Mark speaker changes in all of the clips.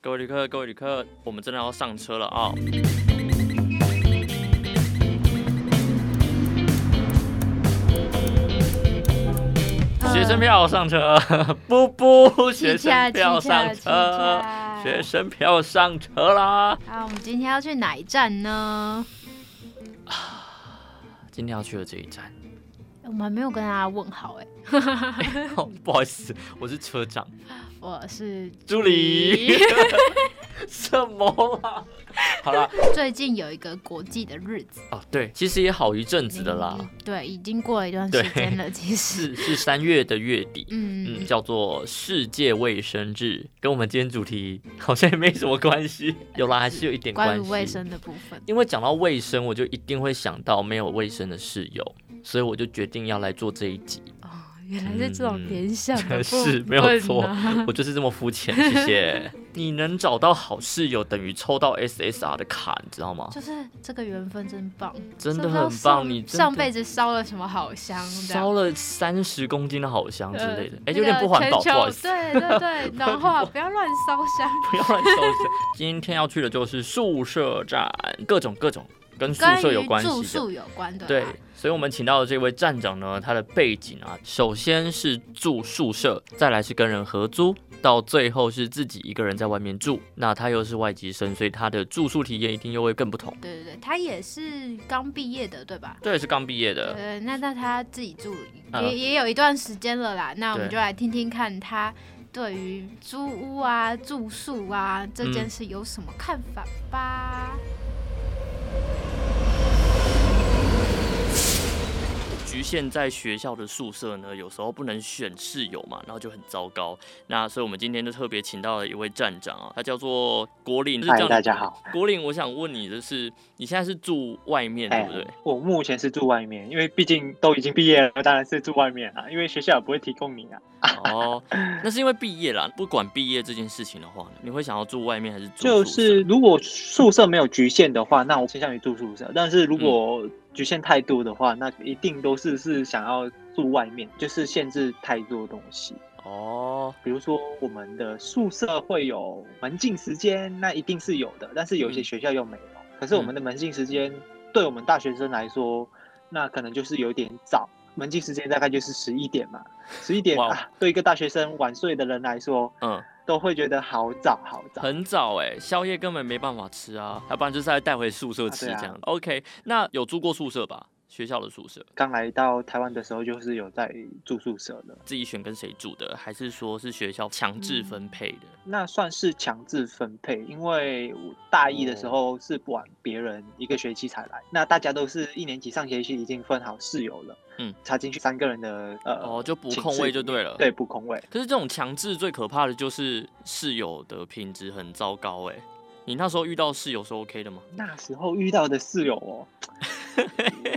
Speaker 1: 各位旅客，各位旅客，我们真的要上车了啊、
Speaker 2: 嗯嗯
Speaker 1: 学生票上车， 不不，学生票上车，学生票上车啦！
Speaker 2: 好，我们今天要去哪一站呢？
Speaker 1: 今天要去的这一 站，
Speaker 2: 我们还没有跟大家问好哎、
Speaker 1: 哦不好意思，我是车长
Speaker 2: 我是
Speaker 1: 助理。 什么啦？好啦，
Speaker 2: 最近有一个国际的日子，
Speaker 1: 哦对，其实也好一阵子的啦，
Speaker 2: 嗯对，已经过了一段时间了，其实，
Speaker 1: 是是三月的月底，
Speaker 2: 嗯
Speaker 1: 嗯，，叫做世界卫生日，跟我们今天主题好像也没什么关系，有啦，还是有一点
Speaker 2: 关
Speaker 1: 关
Speaker 2: 于卫
Speaker 1: 系。
Speaker 2: 生的部分，
Speaker 1: 因为讲到卫生，我就一定会想到没有卫生的室友，所以我就决定要来做这一 集。
Speaker 2: 哦，原来是这种联想的部分、
Speaker 1: 嗯是没有错我就是这么肤浅，谢谢。你能找到好室友，等于抽到 SSR 的卡，你知道吗？
Speaker 2: 就是这个缘分真棒，
Speaker 1: 真的
Speaker 2: 不知道
Speaker 1: 很
Speaker 2: 上
Speaker 1: 棒，你真的
Speaker 2: 上辈子烧了什么好香，这样
Speaker 1: 烧了三十公斤的好香之
Speaker 2: 呃
Speaker 1: 类的，哎、
Speaker 2: 那
Speaker 1: 有点
Speaker 2: 个
Speaker 1: 不环保，
Speaker 2: 全
Speaker 1: 不
Speaker 2: 球
Speaker 1: 好意思。
Speaker 2: 对对对，然后啊，不要乱烧香。
Speaker 1: 不要乱收拾。今天要去的就是宿舍站，各种各种跟宿
Speaker 2: 跟
Speaker 1: 舍有
Speaker 2: 于
Speaker 1: 关
Speaker 2: 住
Speaker 1: 系的。
Speaker 2: 宿有关的，
Speaker 1: 对，所以我们请到的这位站长呢，他的背景啊，首先是住宿舍，再来是跟人合租，到最后是自己一个人在外面住。那他又是外籍生，所以他的住宿体验一定又会更不同。
Speaker 2: 对对对，他也是刚毕业的，对吧？
Speaker 1: 这也是刚毕业的，
Speaker 2: 对，那那他自己住
Speaker 1: 呃
Speaker 2: 也也有一段时间了啦，那我们
Speaker 1: 对
Speaker 2: 就来听听看他对于租屋啊、住宿啊
Speaker 1: 嗯
Speaker 2: 这件事有什么看法吧。
Speaker 1: 局限在学校的宿舍呢，有时候不能选室友嘛，然后就很糟糕。那所以我们今天就特别请到了一位站长啊，他叫做国林，是这
Speaker 3: 嗨，
Speaker 1: 样
Speaker 3: 大家好。
Speaker 1: 国林，我想问你的是，你现在是住外面对不对？
Speaker 3: 哎我目前是住外面，因为毕竟都已经毕业了，当然是住外面啊，因为学校也不会提供你啊。
Speaker 1: 哦，那是因为毕业啦。不管毕业这件事情的话，你会想要住外面还是住宿
Speaker 3: 就
Speaker 1: 舍？
Speaker 3: 是如果宿舍没有局限的话，那我倾向于住宿舍；但是如
Speaker 1: 嗯
Speaker 3: 果局限太多的话，那一定都是是想要住外面，就是限制太多东西。
Speaker 1: 哦，
Speaker 3: 比如说我们的宿舍会有门禁时间，那一定是有的，但是有一些
Speaker 1: 嗯
Speaker 3: 学校又没有。可是我们的门禁时间，对我们大学生来说，那可能就是有点早。门禁时间大概就是十一点嘛，十一点
Speaker 1: 哇哦
Speaker 3: 啊，对一个大学生晚睡的人来说，
Speaker 1: 嗯，
Speaker 3: 都会觉得好早好早。
Speaker 1: 很早哎、宵夜根本没办法吃啊，要不然就是再带回宿舍吃
Speaker 3: 啊对啊
Speaker 1: 这样。OK，那有住过宿舍吧？学校的宿舍，
Speaker 3: 刚来到台湾的时候，就是有在住宿舍的，
Speaker 1: 自己选跟谁住的，还是说是学校强制
Speaker 3: 嗯
Speaker 1: 分配的？
Speaker 3: 那算是强制分配，因为我大一的时
Speaker 1: 哦
Speaker 3: 候是晚别人一个学期才来，那大家都是一年级上学期已经分好室友了，
Speaker 1: 嗯，
Speaker 3: 插进去三个人的呃，
Speaker 1: 哦，就补
Speaker 3: 寝
Speaker 1: 空
Speaker 3: 室
Speaker 1: 位
Speaker 3: 里
Speaker 1: 就
Speaker 3: 面
Speaker 1: 对了。
Speaker 3: 对，补空位，
Speaker 1: 可是这种强制最可怕的就是室友的品质很糟糕哎、你那时候遇到室友是 OK 的吗？
Speaker 3: 那时候遇到的室友哦，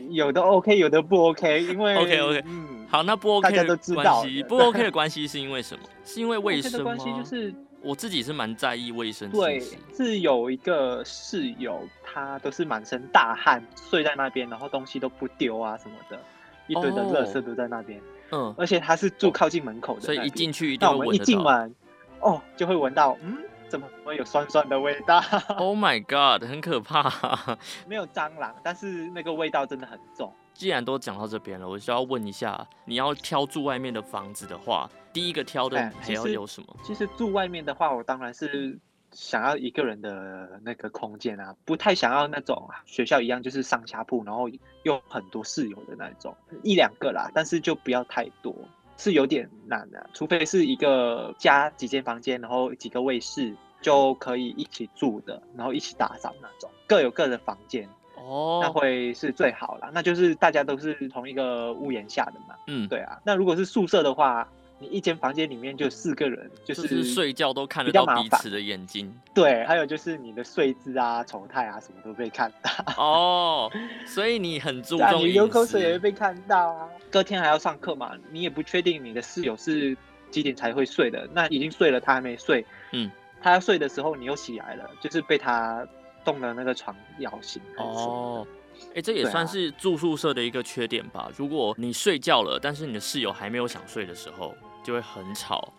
Speaker 3: 有的 OK，有的不 OK，因为
Speaker 1: OK，OK
Speaker 3: 嗯，
Speaker 1: 好，那不 OK
Speaker 3: 大家
Speaker 1: 的
Speaker 3: 都知
Speaker 1: 关
Speaker 3: 道
Speaker 1: 系，
Speaker 3: 了
Speaker 1: 不 OK 的关系是因为什么？是因为
Speaker 3: 不 OK
Speaker 1: 卫
Speaker 3: 的
Speaker 1: 生吗？
Speaker 3: 关系就是
Speaker 1: 我自己是蛮在意卫生这件
Speaker 3: 对
Speaker 1: 事，
Speaker 3: 是有一个室友，他都是满身大汗睡在那边，然后东西都不丢啊什么的，一堆的垃圾
Speaker 1: 哦
Speaker 3: 都在那边，
Speaker 1: 嗯，
Speaker 3: 而且他是住靠近门口的
Speaker 1: 所
Speaker 3: 呃那边，
Speaker 1: 以一进去一定
Speaker 3: 那
Speaker 1: 会
Speaker 3: 我们
Speaker 1: 闻
Speaker 3: 一
Speaker 1: 得
Speaker 3: 进
Speaker 1: 到。
Speaker 3: 门，哦，就会闻到，嗯，怎么会有酸酸的味道？
Speaker 1: Oh my god，很可怕。
Speaker 3: 没有蟑螂，但是那个味道真的很重。
Speaker 1: 既然都讲到这边了，我就要问一下，你要挑住外面的房子的话，第一个挑的
Speaker 3: 哎
Speaker 1: 还
Speaker 3: 其
Speaker 1: 要
Speaker 3: 实
Speaker 1: 有什么？
Speaker 3: 其实住外面的话，我当然是想要一个人的那个空间啊，不太想要那种啊学校一样就是上下铺，然后又很多室友的那种，一两个啦，但是就不要太多，是有点难的、除非是一个加几间房间，然后几个卫室就可以一起住的，然后一起打扫那种，各有各的房间，那
Speaker 1: 哦，
Speaker 3: 会是最好啦。那就是大家都是同一个屋檐下的嘛。
Speaker 1: 嗯，
Speaker 3: 对啊，那如果是宿舍的话，你一间房间里面就四个人，就
Speaker 1: 就是是睡觉都看得
Speaker 3: 比较
Speaker 1: 到
Speaker 3: 麻
Speaker 1: 彼
Speaker 3: 烦
Speaker 1: 此的眼 睛。
Speaker 3: 对，还有就是你的睡姿啊、丑态啊，什么都被看到，
Speaker 1: 哦，所以你很 注
Speaker 3: 啊，
Speaker 1: 重
Speaker 3: 你流
Speaker 1: 饮
Speaker 3: 口水也会
Speaker 1: 食。
Speaker 3: 被看到啊。隔天还要上课嘛，你也不确定你的室友是几点才会睡的，那已经睡了，他还没睡，
Speaker 1: 嗯，
Speaker 3: 他要睡的时候你又起来了，就是被他动了那个床摇醒。哦，
Speaker 1: 哦，哎、这也
Speaker 3: 对啊
Speaker 1: 算是住宿舍的一个缺点吧。如果你睡觉了，但是你的室友还没有想睡的时候，就会很吵，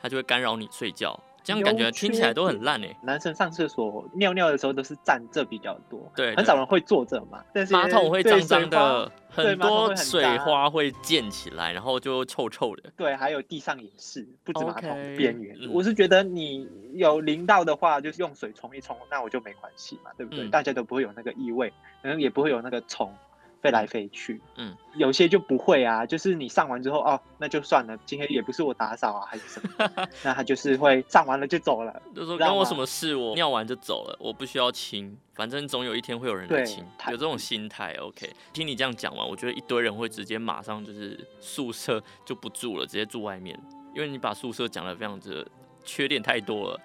Speaker 1: 他就会干扰你睡觉。这样感觉
Speaker 3: 优
Speaker 1: 听起
Speaker 3: 缺
Speaker 1: 来都很
Speaker 3: 点
Speaker 1: 烂哎。
Speaker 3: 男生上厕所尿尿的时候都是站着比较多，
Speaker 1: 对
Speaker 3: 很
Speaker 1: 对
Speaker 3: 少人会坐着嘛。但是
Speaker 1: 马桶会
Speaker 3: 对
Speaker 1: 脏
Speaker 3: 水
Speaker 1: 脏
Speaker 3: 花
Speaker 1: 的，，
Speaker 3: 对
Speaker 1: 很
Speaker 3: 马桶会
Speaker 1: 多
Speaker 3: 很
Speaker 1: 水
Speaker 3: 脏
Speaker 1: 花会溅起来，然后就臭臭的。
Speaker 3: 对，还有地上也是，不止马桶
Speaker 1: OK，
Speaker 3: 的边缘。
Speaker 1: 嗯
Speaker 3: 我是觉得你有淋到的话，就是用水冲一冲，那我就没关系嘛，对不对？
Speaker 1: 嗯
Speaker 3: 大家都不会有那个异味，然后也不会有那个虫飞来飞去。
Speaker 1: 嗯，
Speaker 3: 有些就不会啊，就是你上完之后，哦，那就算了，今天也不是我打扫啊，还是什么 的，那他就是会上完了就走了。
Speaker 1: 就说
Speaker 3: 知道
Speaker 1: 关我什
Speaker 3: 吗
Speaker 1: 么事，我尿完就走了，我不需要亲，反正总有一天会有人来
Speaker 3: 对
Speaker 1: 亲，
Speaker 3: 他
Speaker 1: 有这种心态。OK，听你这样讲完，我觉得一堆人会直接马上就是宿舍就不住了，直接住外面，因为你把宿舍讲的非常的缺点太多了。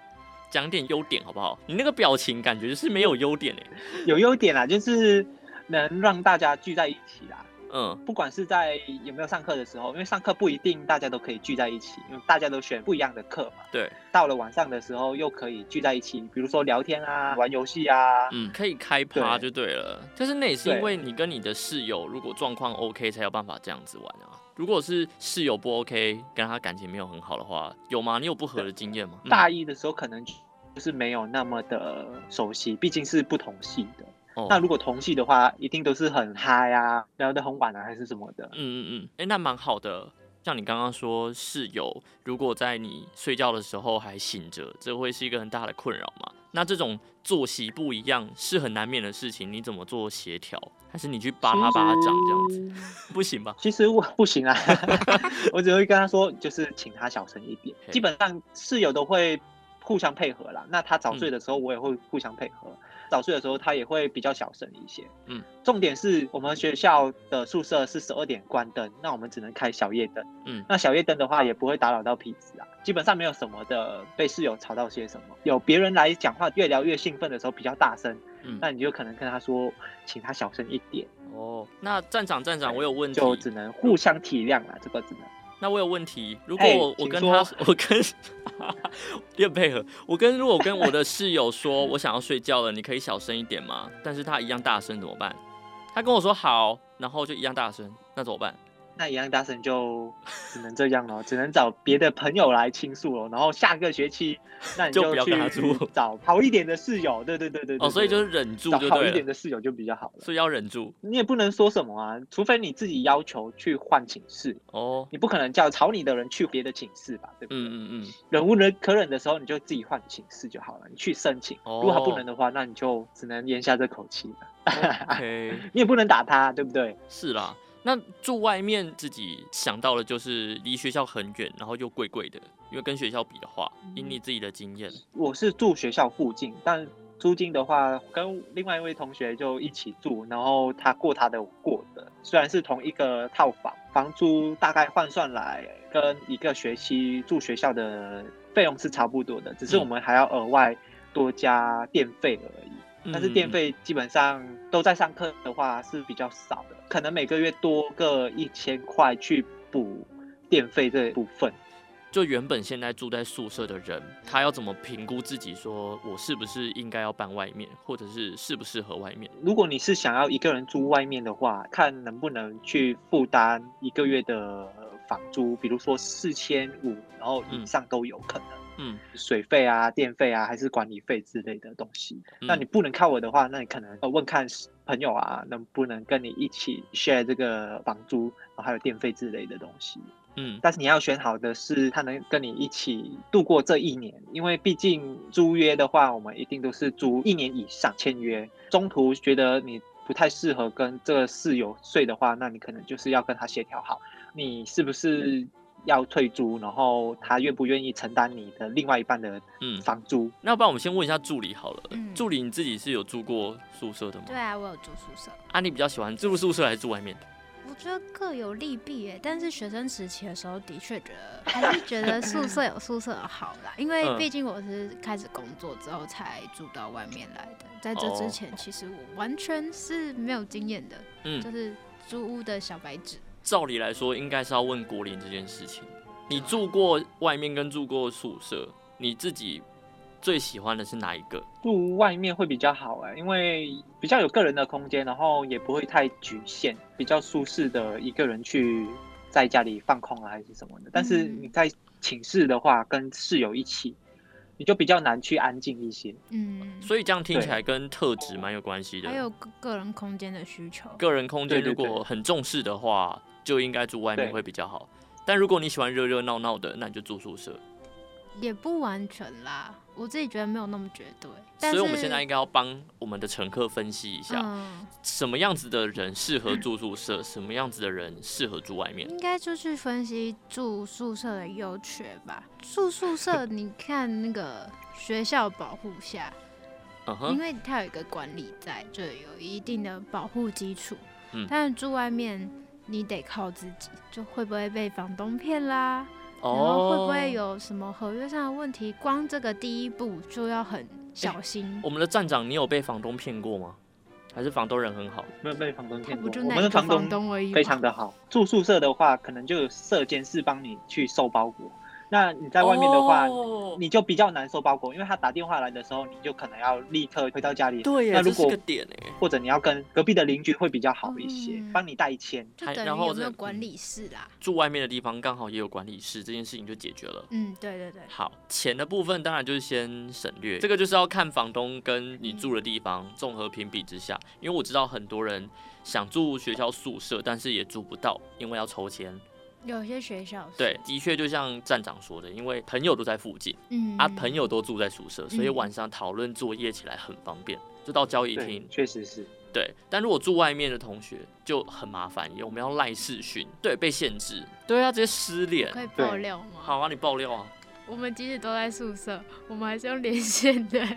Speaker 1: 讲点优点好不好？你那个表情感觉就是没有优点哎、
Speaker 3: 有优点啦，就是能让大家聚在一起啦。
Speaker 1: 嗯，
Speaker 3: 不管是在有没有上课的时候，因为上课不一定大家都可以聚在一起，因为大家都选不一样的课嘛。
Speaker 1: 对，
Speaker 3: 到了晚上的时候又可以聚在一起，比如说聊天啊、玩游戏啊。
Speaker 1: 嗯，可以开趴就
Speaker 3: 对
Speaker 1: 对了。但是那也是
Speaker 3: 对
Speaker 1: 因为你跟你的室友如果状况 OK 才有办法这样子玩啊。如果是室友不 OK，跟他感情没有很好的话，有吗？你有不合的经验吗？嗯
Speaker 3: 大一的时候可能就是没有那么的熟悉，毕竟是不同系的。
Speaker 1: 哦
Speaker 3: 那如果同系的话，一定都是很嗨啊，聊得很晚啊，还是什么的。
Speaker 1: 嗯嗯嗯，哎、那蛮好的。像你刚刚说，室友如果在你睡觉的时候还醒着，这会是一个很大的困扰嘛？那这种作息不一样是很难免的事情，你怎么做协调？还是你去扒他扒他掌这样子？
Speaker 3: 子。
Speaker 1: 不行吧？
Speaker 3: 其实我不行 啊，我只会跟他说，就是请他小声一点。
Speaker 1: 嘿
Speaker 3: 基本上室友都会互相配合啦。那他早睡的时候，我也会互相配合；早睡的时候，他也会比较小声一些。
Speaker 1: 嗯，
Speaker 3: 重点是我们学校的宿舍是十二点关灯，那我们只能开小夜灯。
Speaker 1: 嗯
Speaker 3: 那小夜灯的话，也不会打扰到彼此啊。基本上没有什么的被室友吵到些什么。有别人来讲话，越聊越兴奋的时候比较大声，
Speaker 1: 嗯，
Speaker 3: 那你就可能跟他说，请他小声一点，
Speaker 1: 哦，那站长站长，我有问题。
Speaker 3: 哎就只能互相体谅啦。这个只能。
Speaker 1: 那我有问题，如果
Speaker 3: 哎
Speaker 1: 我我
Speaker 3: 请
Speaker 1: 跟
Speaker 3: 说
Speaker 1: 他， 我跟你很配合，我跟如果我跟我的室友说我想要睡觉了，你可以小声一点吗？但是他一样大声怎么办？他跟我说好，然后就一样大声，那怎么办？
Speaker 3: 那一样大神就只能这样咯，只能找别的朋友来倾诉咯。然后下个学期，那你
Speaker 1: 就不要
Speaker 3: 去
Speaker 1: 跟他住
Speaker 3: 找好一点的室友。对对对对对
Speaker 1: 哦，所以就是是忍住
Speaker 3: 找
Speaker 1: 就
Speaker 3: 好一
Speaker 1: 对
Speaker 3: 点
Speaker 1: 了，
Speaker 3: 的室友就比较好了。
Speaker 1: 所以要忍住
Speaker 3: 你也不能说什么啊，除非你自己要求去换寝室，
Speaker 1: 哦。
Speaker 3: 你不可能叫吵你的人去别的寝室吧，对不对？
Speaker 1: 嗯嗯嗯，
Speaker 3: 忍无可忍的时候，你就自己换寝室就好了，你去申请。如果他不
Speaker 1: 哦
Speaker 3: 能的话，那你就只能咽下这口气了。
Speaker 1: OK，
Speaker 3: 你也不能打他，对不对？
Speaker 1: 是啦。那住外面自己想到的就是离学校很远，然后又贵贵的，因为跟学校比的话，以你自己的经验，
Speaker 3: 我是住学校附近，但租金的话，跟另外一位同学就一起住，然后他过他的，我过的。虽然是同一个套房，房租大概换算来跟一个学期住学校的费用是差不多的，只是
Speaker 1: 嗯
Speaker 3: 我们还要额外多加电费而已。但是
Speaker 1: 嗯
Speaker 3: 电
Speaker 1: 嗯嗯
Speaker 3: 费基本上都在上课的话是比较少的，可能每个月多个一千块去补电费这部分。
Speaker 1: 就原本现在住在宿舍的人，他要怎么评估自己，说我是不是应该要搬外面，或者是适不适合外面？
Speaker 3: 如果你是想要一个人住外面的话，看能不能去负担一个月的房租，比如说四千五，然后以上都有可能。
Speaker 1: 嗯，
Speaker 3: 水费啊、电费啊，还是管理费之类的东西。
Speaker 1: 嗯
Speaker 3: 那你不能靠我的话，那你可能呃问看朋友啊，能不能跟你一起 share 这个房租，然后还有电费之类的东西。
Speaker 1: 嗯
Speaker 3: 但是你要选好的是，他能跟你一起度过这一年，因为毕竟租约的话，我们一定都是租一年以上签约。中途觉得你不太适合跟这个室友睡的话，那你可能就是要跟他协调好，你是不
Speaker 1: 嗯
Speaker 3: 是要退租，然后他愿不愿意承担你的另外一半的
Speaker 1: 嗯。
Speaker 3: 房租。
Speaker 1: 那不然我们先问一下助理好了，
Speaker 2: 嗯
Speaker 1: 助理你自己是有住过宿舍的吗？
Speaker 2: 对啊，我有住宿舍，
Speaker 1: 啊，你比较喜欢住宿舍还是住外面？
Speaker 2: 我觉得各有利弊耶。但是学生时期的时候，的确觉得还是觉得宿舍有宿舍的好啦，因为
Speaker 1: 嗯
Speaker 2: 毕竟我是开始工作之后才住到外面来的，在这
Speaker 1: 哦
Speaker 2: 之前其实我完全是没有经验的，就
Speaker 1: 嗯，
Speaker 2: 是租屋的小白纸。
Speaker 1: 照理来说应该是要问国林这件事情。你住过外面跟住过宿舍，你自己最喜欢的是哪一个？
Speaker 3: 住外面会比较好哎、因为比较有个人的空间，然后也不会太局限，比较舒适的一个人去在家里放空啊，还是什么的。但是
Speaker 2: 嗯
Speaker 3: 你在寝室的话，跟室友一起，你就比较难去安静一些。
Speaker 2: 嗯，
Speaker 1: 啊所以这样听起
Speaker 3: 对
Speaker 1: 来跟特质蛮有关系的。
Speaker 2: 还有个个人空间的需求，
Speaker 1: 个人空间
Speaker 3: 对
Speaker 1: 如
Speaker 3: 对对
Speaker 1: 果很重视的话，就应该住外面
Speaker 3: 对
Speaker 1: 会比较好。但如果你喜欢热热闹闹的，那你就住宿舍。
Speaker 2: 也不完全啦。我自己觉得没有那么绝对，但
Speaker 1: 所以
Speaker 2: 是
Speaker 1: 我们现在应该要帮我们的乘客分析一下，
Speaker 2: 嗯，
Speaker 1: 什么样子的人适合住宿舍，什么样子的人适合住外面。
Speaker 2: 应该就去分析住宿舍的优缺吧。住 宿舍，你看那个学校保护下，
Speaker 1: 嗯
Speaker 2: 因
Speaker 1: 哼，
Speaker 2: 为它有一个管理在，就有一定的保护基础。
Speaker 1: 嗯
Speaker 2: 但是住外面，你得靠自己，就会不会被房东骗啦？然后会不
Speaker 1: 哦
Speaker 2: 会有什么合约上的问题？光这个第一步就要很小心。
Speaker 1: 哎我们的站长，你有被房东骗过吗？还是房东人很好？
Speaker 3: 没有被房东
Speaker 2: 他
Speaker 3: 骗
Speaker 2: 不
Speaker 3: 过，
Speaker 2: 就
Speaker 3: 我
Speaker 2: 那
Speaker 3: 们
Speaker 2: 一个
Speaker 3: 的
Speaker 2: 房
Speaker 3: 房东
Speaker 2: 而已吗
Speaker 3: 非常的好。住宿舍的话，可能就有射监室帮你去收包裹。那你在外面的话，
Speaker 1: 哦
Speaker 3: 你就比较难收包裹，因为他打电话来的时候，你就可能要立刻回到家里，
Speaker 1: 对耶，
Speaker 3: 那
Speaker 1: 这
Speaker 3: 如
Speaker 1: 是
Speaker 3: 果
Speaker 1: 个点哎。
Speaker 3: 或者你要跟隔壁的邻居会比较好一些
Speaker 2: 嗯，
Speaker 3: 帮、你代签。
Speaker 2: 就
Speaker 1: 还
Speaker 2: 等于
Speaker 1: 哎然后
Speaker 2: 有没
Speaker 1: 这
Speaker 2: 有管理室啦？
Speaker 1: 住外面的地方刚好也有管理室，这件事情就解决了。
Speaker 2: 嗯，对对对，
Speaker 1: 好，钱的部分当然就是先省略，这个就是要看房东跟你住的地方综合评比之下，因为我知道很多人想住学校宿舍，但是也住不到，因为要抽签。
Speaker 2: 有些学校是
Speaker 1: 对，，的确就像站长说的，因为朋友都在附近
Speaker 2: 嗯
Speaker 1: 啊，朋友都住在宿舍，所以
Speaker 2: 嗯
Speaker 1: 晚上讨论作业起来很方便，就到交易
Speaker 3: 对
Speaker 1: 厅，。
Speaker 3: 确实是。
Speaker 1: 对，但如果住外面的同学就很麻烦，因为我们要赖视讯，对，被限制，对啊，直接失联。
Speaker 2: 可以爆
Speaker 3: 对
Speaker 2: 料吗？
Speaker 1: 好啊，你爆料啊！
Speaker 2: 我们即使都在宿舍，我们还是用连线 的。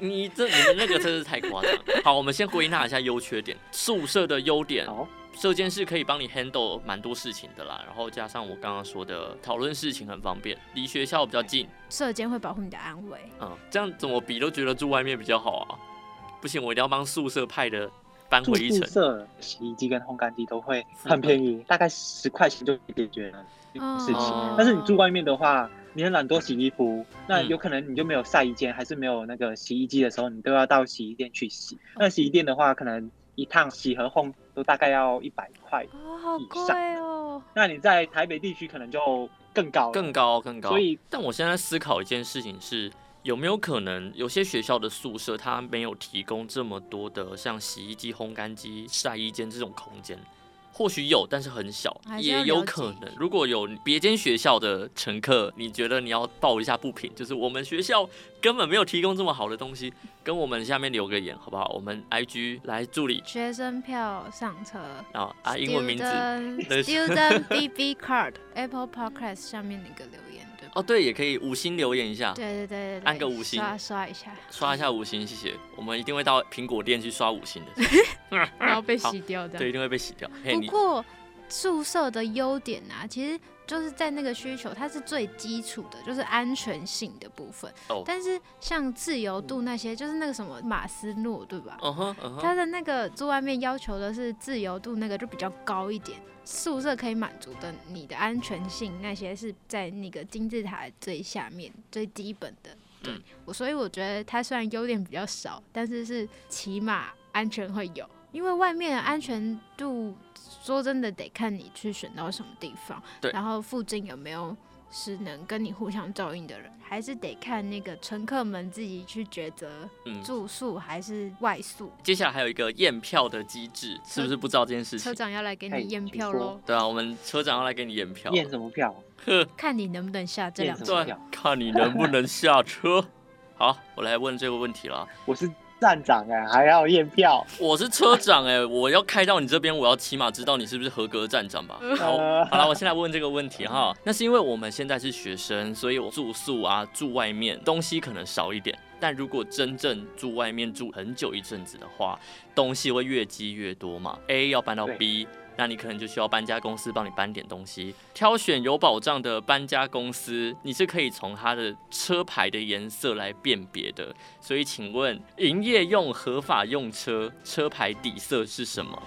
Speaker 1: 你这你们那个真是太夸张。好，我们先归纳一下优缺点。宿舍的优点，
Speaker 3: 好，
Speaker 1: 这件事可以帮你 handle 蛮多事情的啦。然后加上我刚刚说的，讨论事情很方便，离学校比较近。
Speaker 2: 舍监会保护你的安危，
Speaker 1: 嗯，这样怎么比都觉得住外面比较好啊。不行，我一定要帮宿舍派的搬嗯
Speaker 3: 住
Speaker 1: 回嗯一
Speaker 3: 宿
Speaker 1: 层。
Speaker 3: 舍洗衣机跟烘干机都会很便宜，大概十块钱就可以解决了事情。
Speaker 1: 哦
Speaker 3: 但是你住外面的话，你很懒惰洗衣服，那
Speaker 1: 嗯
Speaker 3: 有可能你就没有晒衣间，还是没有那个洗衣机的时候，你都要到洗衣店去洗。那洗衣店的话，可能一趟洗和烘都大概要一百块。
Speaker 2: 哦，好
Speaker 3: 以上
Speaker 2: 贵哦。
Speaker 3: 那你在台北地区可能就更高了，
Speaker 1: 更高更高。
Speaker 3: 所以
Speaker 1: 但我现在思考一件事情是，有没有可能有些学校的宿舍它没有提供这么多的像洗衣机、烘干机、晒衣间这种空间？或许有，但是很小
Speaker 2: 还，是要
Speaker 1: 也有可
Speaker 2: 了
Speaker 1: 能
Speaker 2: 解。
Speaker 1: 如果有别间学校的乘客，你觉得你要抱一下不平，就是我们学校根本没有提供这么好的东西，跟我们下面留个言好不好？我们 IG 来助理
Speaker 2: 学生票上车
Speaker 1: 啊啊，英文名字
Speaker 2: Student- Student BB Card Apple Podcast 下面那个留言，对吧？
Speaker 1: 哦，对，也可以五星留言一下，
Speaker 2: 对对对对对，
Speaker 1: 啊按个五星
Speaker 2: 刷刷一下，
Speaker 1: 刷一下五星，谢谢。我们一定会到苹果店去刷五星 的。
Speaker 2: 然后被洗掉这样。
Speaker 1: 对，一定会被洗掉。嘿，
Speaker 2: 不
Speaker 1: 你
Speaker 2: 过宿舍的优点啊，其实就是在那个需求，它是最基础的，就是安全性的部分。
Speaker 1: 哦
Speaker 2: 但是像自由度那些，就是那个什么马斯诺，对吧？
Speaker 1: 嗯哼嗯
Speaker 2: 他
Speaker 1: 哼，
Speaker 2: 的那个住外面要求的是自由度，那个就比较高一点。宿舍可以满足的，你的安全性那些是在那个金字塔最下面最基本的。对
Speaker 1: 嗯
Speaker 2: 我，所以我觉得它虽然优点比较少，但是是起码安全会有，因为外面的安全度说真的得看你去选到什么地方，
Speaker 1: 对
Speaker 2: 然后附近有没有是能跟你互相照应的人，还是得看那个乘客们自己去抉择
Speaker 1: 嗯。
Speaker 2: 住宿还是外宿。
Speaker 1: 接下来还有一个验票的机制，是不是不知道这件事
Speaker 2: 车
Speaker 1: 情？
Speaker 2: 长要来给
Speaker 3: 哎
Speaker 2: 你验
Speaker 3: 请
Speaker 2: 票
Speaker 3: 说
Speaker 2: 喽，
Speaker 1: 对啊，我们车长要来给你验票。
Speaker 3: 验什么票？
Speaker 1: 呵，
Speaker 2: 看你能不能下这
Speaker 3: 验
Speaker 2: 辆
Speaker 3: 什么
Speaker 1: 对
Speaker 2: 车。
Speaker 3: 票，
Speaker 1: 看你能不能下车。 好，我来问这个问题了。
Speaker 3: 我是站长哎、还要验票？
Speaker 1: 我是车长哎、我要开到你这边，我要起码知道你是不是合格站长
Speaker 2: 嗯
Speaker 1: 吧。好，
Speaker 3: 呃
Speaker 1: 好了，我现在问这个问题哈。那是因为我们现在是学生，所以我住宿啊，住外面东西可能少一点。但如果真正住外面住很久一阵子的话，东西会越积越多嘛。A 要搬到
Speaker 3: 对
Speaker 1: B，那你可能就需要搬家公司帮你搬点东西。挑选有保障的搬家公司，你是可以从它的车牌的颜色来辨别的。所以，请问营业用合法用车车牌底色是什么？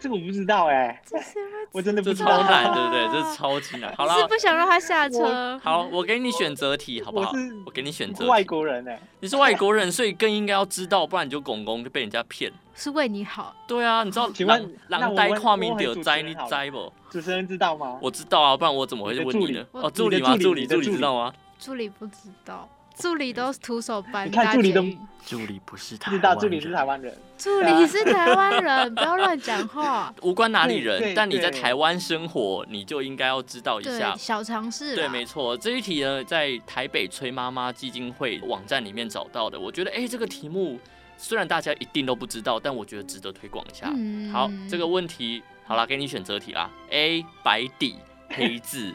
Speaker 3: 这个我不知道哎、
Speaker 2: 这是因为
Speaker 3: 我真的不
Speaker 1: 这
Speaker 3: 知
Speaker 1: 超
Speaker 3: 道。
Speaker 1: 难，对不对？这超级难。好啦
Speaker 2: 是，不想让他下 车。
Speaker 1: 好，我给你选择题，好不好
Speaker 3: 我是？
Speaker 1: 我给你选
Speaker 3: 你
Speaker 1: 择
Speaker 3: 是
Speaker 1: 题。
Speaker 3: 外国人哎、
Speaker 1: 你是外国人，所以更应该要知道，不然你就拱拱就被人家骗。
Speaker 2: 是为你好，
Speaker 1: 对啊，你知道
Speaker 3: 请
Speaker 1: 狼
Speaker 3: 问那
Speaker 1: 狼
Speaker 3: 我
Speaker 1: 呆
Speaker 3: 问
Speaker 1: 跨名
Speaker 3: 我问
Speaker 1: 有
Speaker 3: 主持
Speaker 1: 灾
Speaker 3: 人
Speaker 1: 你
Speaker 3: 好了
Speaker 1: 灾不？
Speaker 3: 主持人知道吗？
Speaker 1: 我知道啊，不然我怎么会
Speaker 3: 你的
Speaker 1: 问
Speaker 3: 助
Speaker 1: 你
Speaker 3: 理
Speaker 1: 呢？
Speaker 2: 我
Speaker 1: 哦，
Speaker 2: 你
Speaker 1: 助
Speaker 3: 的
Speaker 1: 理吗？
Speaker 3: 助理
Speaker 1: 助理，
Speaker 3: 你的
Speaker 1: 助理
Speaker 3: 助
Speaker 1: 知
Speaker 3: 理
Speaker 1: 道吗？
Speaker 2: 助理不知道，助理
Speaker 1: 嗯
Speaker 2: 都是徒手搬
Speaker 3: 你
Speaker 2: 搭
Speaker 3: 看助理
Speaker 2: 捷
Speaker 3: 都
Speaker 2: 运
Speaker 1: 助理不是台
Speaker 3: 日
Speaker 1: 湾
Speaker 3: 大
Speaker 1: 人，
Speaker 3: 助理是台湾人，
Speaker 2: 助理是台湾人，不要乱 讲话。
Speaker 1: 无关哪里
Speaker 3: 对
Speaker 1: 人，
Speaker 3: 对
Speaker 1: 但你在
Speaker 3: 对
Speaker 1: 台湾生活，你就应该要知道一
Speaker 2: 对啊
Speaker 1: 下，。
Speaker 2: 小尝试
Speaker 1: 对，
Speaker 2: 啦。
Speaker 1: 没错，这一题呢，在台北崔妈妈基金会网站里面找到的。我觉得，哎，这个题目虽然大家一定都不知道，但我觉得值得推广一下。
Speaker 2: 嗯
Speaker 1: 好，这个问题好啦，给你选择题啦。A 白底 黑字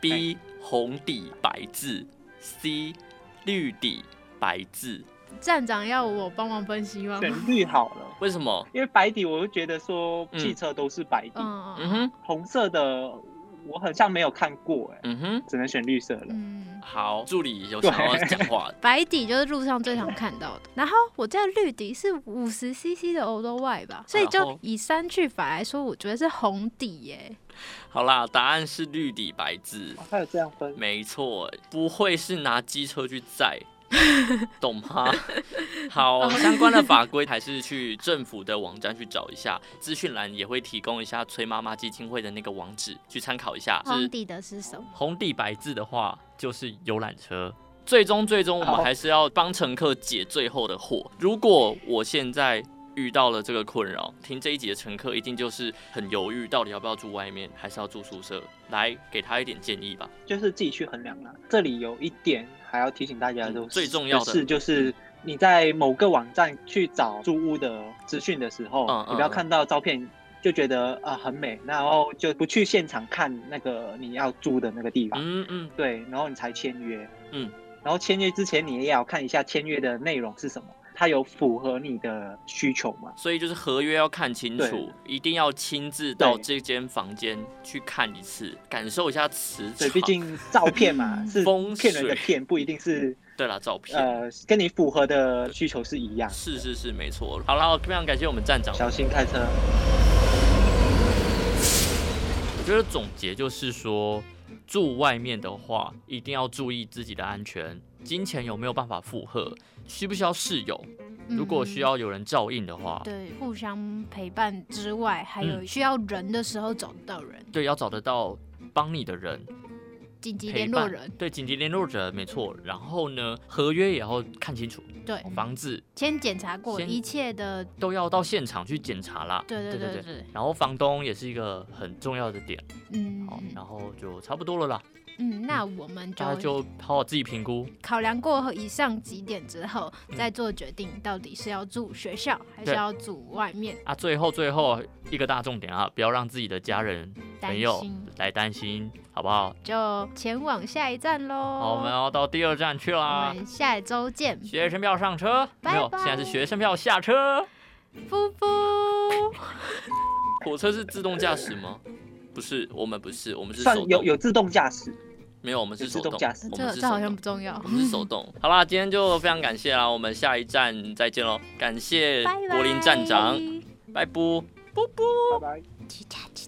Speaker 1: ，B 红底白字，C 绿底白字。
Speaker 2: 站长要我帮忙分析
Speaker 1: 嗯
Speaker 2: 吗？
Speaker 3: 选绿好了。
Speaker 1: 为什么？
Speaker 3: 因为白底，我就觉得说
Speaker 1: 嗯
Speaker 3: 汽车都是白底，
Speaker 2: 嗯
Speaker 1: 嗯哼，
Speaker 3: 红色的我好像没有看过、哎，
Speaker 1: 嗯哼。
Speaker 3: 只能选绿色了。
Speaker 2: 嗯，
Speaker 1: 好，助理有想要讲 话，
Speaker 2: 白底就是路上最常看到的。然后我记得绿底是五十 CC 的 o l d Y 吧，所以
Speaker 1: 然
Speaker 2: 就
Speaker 1: 后
Speaker 2: 以三句法来说，我觉得是红底耶、
Speaker 1: 好啦，答案是绿底白字。
Speaker 3: 哦还有这样分，
Speaker 1: 没错，不会是拿机车去载，懂吗？好，相关的法规还是去政府的网站去找一下，资讯栏也会提供一下崔妈妈基金会的那个网址，去参考一下。
Speaker 2: 红
Speaker 1: 是
Speaker 2: 底的是什么？
Speaker 1: 红地白字的话，就是游览车。最终，最终我们
Speaker 3: 好
Speaker 1: 还是要帮乘客解最后的惑。如果我现在遇到了这个困扰，听这一集的乘客一定就是很犹豫，到底要不要住外面，还是要住宿舍？来，给他一点建议吧。
Speaker 3: 就是自己去衡量啦。这里有一点还要提醒大家
Speaker 1: 嗯
Speaker 3: 都是、
Speaker 1: 最重要的嗯
Speaker 3: 是，就是你在某个网站去找租屋的资讯的时候，
Speaker 1: 嗯
Speaker 3: 你不要
Speaker 1: 嗯嗯
Speaker 3: 看到照片就觉得啊、很美，然后就不去现场看那个你要租的那个地方，
Speaker 1: 嗯嗯，
Speaker 3: 对，然后你才签约。
Speaker 1: 嗯，
Speaker 3: 然后签约之前你也要看一下签约的内容是什么，它有符合你的需求吗？
Speaker 1: 所以就是合约要看清楚
Speaker 3: 对，
Speaker 1: 一定要亲自到
Speaker 3: 对
Speaker 1: 这间房间去看一次，感受一下磁
Speaker 3: 对，
Speaker 1: 场。
Speaker 3: 毕竟照片嘛是
Speaker 1: 嗯风
Speaker 3: 骗人的
Speaker 1: 水
Speaker 3: 骗，不一定是
Speaker 1: 对啦，照片、
Speaker 3: 呃跟你符合的需求是一样的。
Speaker 1: 是是是，没错。好啦，非常感谢我们站长。
Speaker 3: 小心开车。
Speaker 1: 我觉得总结就是说，住外面的话，一定要注意自己的安全，金钱有没有办法负荷，需不需要室友，如果需要有人照应的话
Speaker 2: 嗯。。对互相陪伴之外，还有
Speaker 1: 嗯
Speaker 2: 需要人的时候找得到人，
Speaker 1: 对，要找得到帮你的人，
Speaker 2: 紧急
Speaker 1: 陪
Speaker 2: 联络
Speaker 1: 伴
Speaker 2: 人。
Speaker 1: 对，紧急联络人，没错。然后呢，合约也要看清楚，
Speaker 2: 对，
Speaker 1: 哦房子
Speaker 2: 先检查过
Speaker 1: 先
Speaker 2: 一切的，
Speaker 1: 都要到现场去检查啦。
Speaker 2: 对
Speaker 1: 对
Speaker 2: 对
Speaker 1: 对
Speaker 2: 对对，
Speaker 1: 然后房东也是一个很重要的点，
Speaker 2: 嗯
Speaker 1: 好，然后就差不多了啦，
Speaker 2: 嗯，那我们
Speaker 1: 大家就好好自己评估，
Speaker 2: 考量过以上几点之后，
Speaker 1: 嗯
Speaker 2: 再做决定，到底是要住学校还是
Speaker 1: 对
Speaker 2: 要住外面？
Speaker 1: 啊，最后最后一个大重点啊，不要让自己的家人
Speaker 2: 担
Speaker 1: 朋友
Speaker 2: 心
Speaker 1: 来担心，好不好？
Speaker 2: 就前往下一站喽。
Speaker 1: 好，我们要到第二站去
Speaker 2: 我
Speaker 1: 啦。
Speaker 2: 们下周见，
Speaker 1: 学生票上车，
Speaker 2: 拜
Speaker 1: 没有，
Speaker 2: 拜
Speaker 1: 现在是学生票下车。
Speaker 2: 夫妇。
Speaker 1: 火车是自动驾驶吗？不是，我们不是，我们是手
Speaker 3: 算有
Speaker 1: 动，
Speaker 3: 有自动驾驶，
Speaker 1: 没有，我们是
Speaker 3: 有
Speaker 1: 手
Speaker 3: 自
Speaker 1: 动，
Speaker 3: 动驾驶
Speaker 1: 我们
Speaker 2: 这
Speaker 1: 是
Speaker 2: 这
Speaker 1: 手
Speaker 2: 好像
Speaker 1: 动
Speaker 2: 不。重要
Speaker 1: 我。们是手 动。好啦，今天就非常感谢啦，我们下一站再见喽！感谢
Speaker 2: 拜拜。
Speaker 1: 柏林站长，拜拜。
Speaker 3: 拜拜。
Speaker 2: 叽喳叽喳。